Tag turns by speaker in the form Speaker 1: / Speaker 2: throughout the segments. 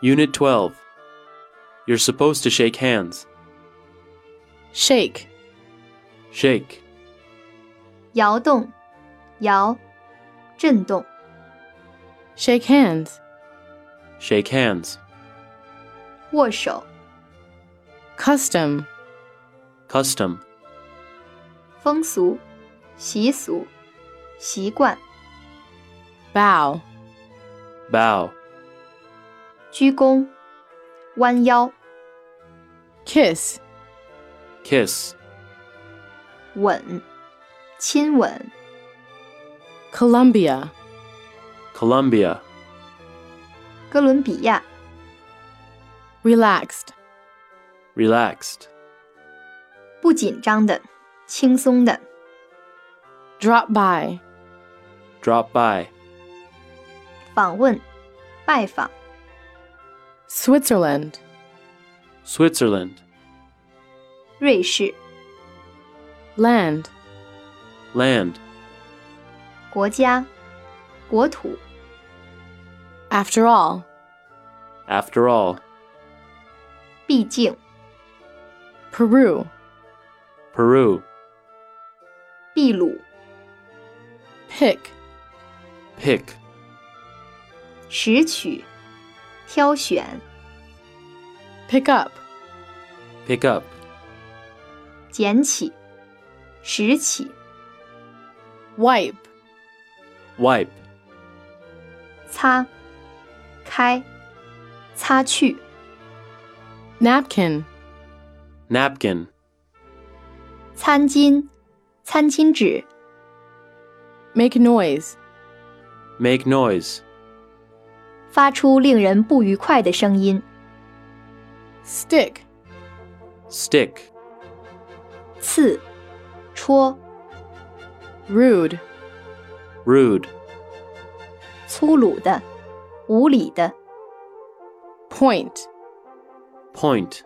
Speaker 1: Unit 12. You're supposed to shake hands.
Speaker 2: shake,
Speaker 1: Shake.
Speaker 3: 摇动，摇，震动，
Speaker 2: shake hands,
Speaker 1: Shake hands.
Speaker 3: 握手，
Speaker 2: custom,
Speaker 1: Custom.
Speaker 3: 风俗，习俗，习惯，
Speaker 2: bow,
Speaker 1: Bow.
Speaker 3: 鞠躬，弯腰，
Speaker 2: kiss,
Speaker 1: Kiss.
Speaker 3: 吻，亲吻，
Speaker 2: Columbia,
Speaker 1: Columbia.
Speaker 3: 哥伦比亚，
Speaker 2: relaxed,
Speaker 1: Relaxed.
Speaker 3: 不紧张的，轻松的，
Speaker 2: drop by,
Speaker 1: Drop by.
Speaker 3: 访问，拜访，
Speaker 2: Switzerland,
Speaker 1: Switzerland.
Speaker 3: 瑞士，
Speaker 2: land,
Speaker 1: Land.
Speaker 3: 国家，国土，
Speaker 2: after all,
Speaker 1: After all.
Speaker 3: 毕竟，
Speaker 2: Peru,
Speaker 1: Peru.
Speaker 3: 秘鲁，
Speaker 2: pick,
Speaker 1: Pick.
Speaker 3: 拾取，挑选，
Speaker 2: pick up,
Speaker 1: Pick up.
Speaker 3: 捡起，拾起，
Speaker 2: wipe,
Speaker 1: Wipe.
Speaker 3: 擦，开，擦去，
Speaker 2: napkin,
Speaker 1: Napkin.
Speaker 3: 餐巾，餐巾纸，
Speaker 2: make noise,
Speaker 1: Make noise.
Speaker 3: 发出令人不愉快的声音，
Speaker 2: stick,
Speaker 1: Stick.
Speaker 3: 刺，戳，
Speaker 2: rude,
Speaker 1: Rude.
Speaker 3: 粗鲁的，无理的，
Speaker 2: point,
Speaker 1: Point.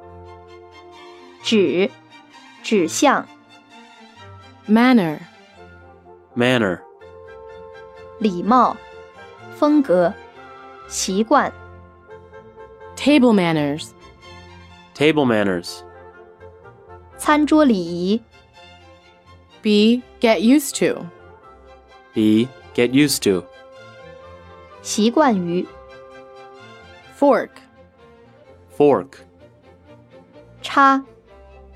Speaker 3: 指，指向，
Speaker 2: manner,
Speaker 1: Manner.
Speaker 3: 礼貌，风格，习惯，
Speaker 2: table manners,
Speaker 1: Table manners.
Speaker 3: 餐桌礼仪，
Speaker 2: be, get used to,
Speaker 1: Be. Get used to.
Speaker 3: 习惯于，
Speaker 2: fork,
Speaker 1: Fork.
Speaker 3: 叉，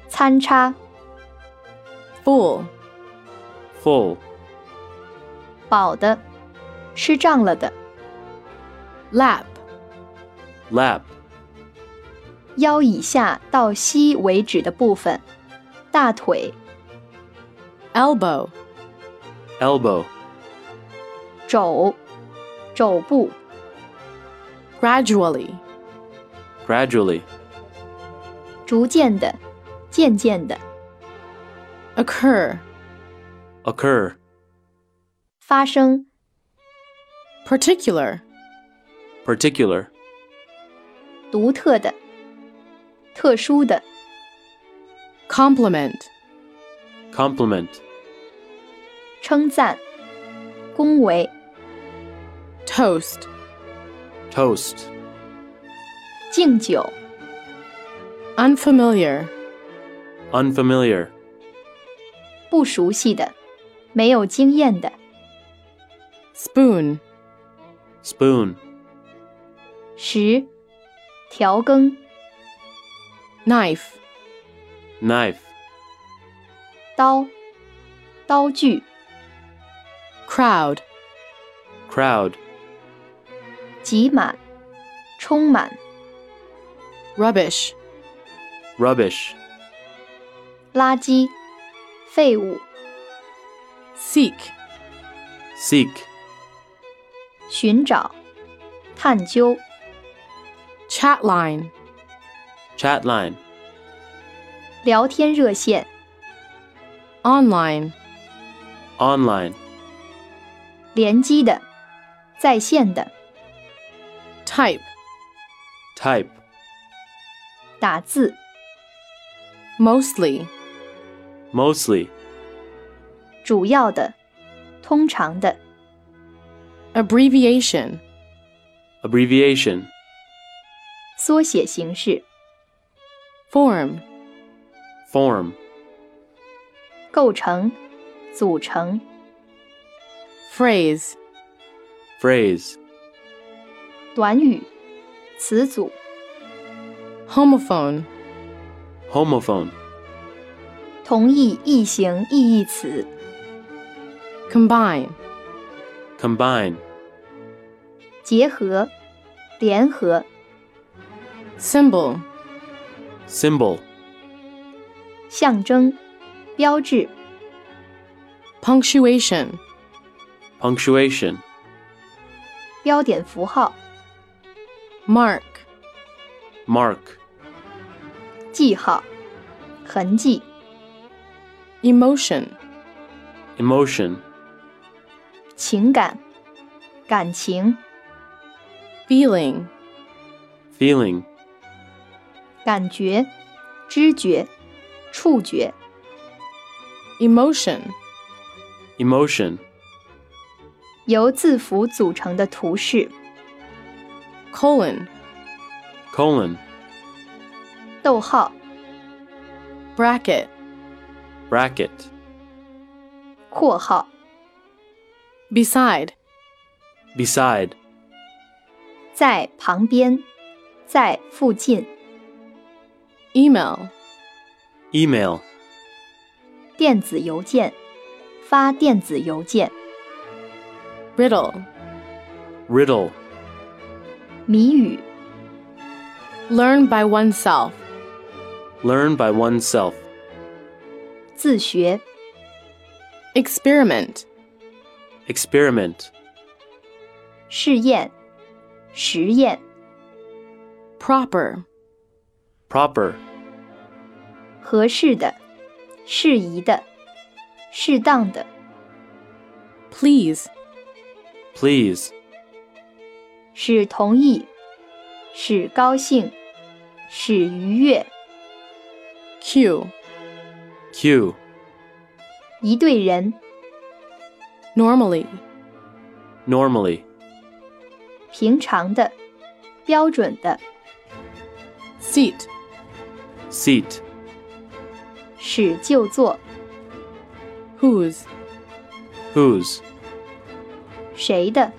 Speaker 3: 餐叉，
Speaker 2: full,
Speaker 1: Full.
Speaker 3: 饱的，吃胀了的，
Speaker 2: lap,
Speaker 1: Lap.
Speaker 3: 腰以下到膝为止的部分，大腿、
Speaker 2: elbow,
Speaker 1: Elbow.
Speaker 3: 肘、肘部、
Speaker 2: gradually,
Speaker 1: Gradually.
Speaker 3: 逐渐的、渐渐的、
Speaker 2: occur,
Speaker 1: Occur.
Speaker 3: 发生、
Speaker 2: particular,
Speaker 1: Particular.
Speaker 3: 独特的、特殊的、
Speaker 2: compliment,
Speaker 1: Compliment.
Speaker 3: 称赞、恭维、
Speaker 2: toast,
Speaker 1: Toast.
Speaker 3: 敬酒、
Speaker 2: unfamiliar,
Speaker 1: Unfamiliar.
Speaker 3: 不熟悉的、没有经验的、
Speaker 2: spoon,
Speaker 1: Spoon.
Speaker 3: 食、调羹、
Speaker 2: knife,
Speaker 1: Knife.
Speaker 3: 刀、刀具、
Speaker 2: crowd,
Speaker 1: Crowd.
Speaker 3: 挤满、充满、
Speaker 2: rubbish,
Speaker 1: Rubbish.
Speaker 3: 垃圾、废物、
Speaker 2: seek,
Speaker 1: Seek.
Speaker 3: 寻找、探究、
Speaker 2: chat line,
Speaker 1: Chat line.
Speaker 3: 聊天热线、
Speaker 2: online,
Speaker 1: Online.
Speaker 3: 联机的、在线的、
Speaker 2: type,
Speaker 1: Type.
Speaker 3: 打字、
Speaker 2: mostly,
Speaker 1: Mostly.
Speaker 3: 主要的、通常的、
Speaker 2: abbreviation,
Speaker 1: Abbreviation.
Speaker 3: 缩写形式。
Speaker 2: form,
Speaker 1: form,
Speaker 3: 构成、组成、
Speaker 2: phrase,
Speaker 1: phrase,
Speaker 3: 短语、词组、
Speaker 2: homophone,
Speaker 1: homophone,
Speaker 3: 同义异形意义词、
Speaker 2: combine,
Speaker 1: combine,
Speaker 3: 结合、联合、
Speaker 2: symbol,
Speaker 1: symbol,
Speaker 3: 象征、标志、
Speaker 2: punctuation,
Speaker 1: punctuation,
Speaker 3: 标点符号、
Speaker 2: mark,
Speaker 1: mark,
Speaker 3: 记号、痕迹、
Speaker 2: emotion,
Speaker 1: emotion,
Speaker 3: 情感、感情、
Speaker 2: feeling,
Speaker 1: feeling,
Speaker 3: 感觉、知觉、触觉、
Speaker 2: emotion,
Speaker 1: emotion,
Speaker 3: 由字符组成的图示、
Speaker 2: colon,
Speaker 1: colon,
Speaker 3: 逗号、
Speaker 2: bracket,
Speaker 1: bracket,
Speaker 3: 括号、
Speaker 2: beside,
Speaker 1: beside,
Speaker 3: 在旁边、在附近、
Speaker 2: email,
Speaker 1: email,
Speaker 3: 电子邮件、发电子邮件、
Speaker 2: riddle,
Speaker 1: riddle,
Speaker 3: 谜语、
Speaker 2: learn by oneself,
Speaker 1: learn by oneself,
Speaker 3: 自学、
Speaker 2: experiment,
Speaker 1: experiment,
Speaker 3: 试验、实验、
Speaker 2: proper,
Speaker 1: proper,
Speaker 3: 合适的、适宜的、适当的、
Speaker 2: please,
Speaker 1: please,
Speaker 3: 使同意、使高兴、使愉悦。
Speaker 2: cue,
Speaker 1: cue,
Speaker 3: 一队人
Speaker 2: normally,
Speaker 1: normally,
Speaker 3: 平常的、标准的、
Speaker 2: seat,
Speaker 1: seat,
Speaker 3: 使就坐、
Speaker 2: whose,
Speaker 1: whose,
Speaker 3: 谁的、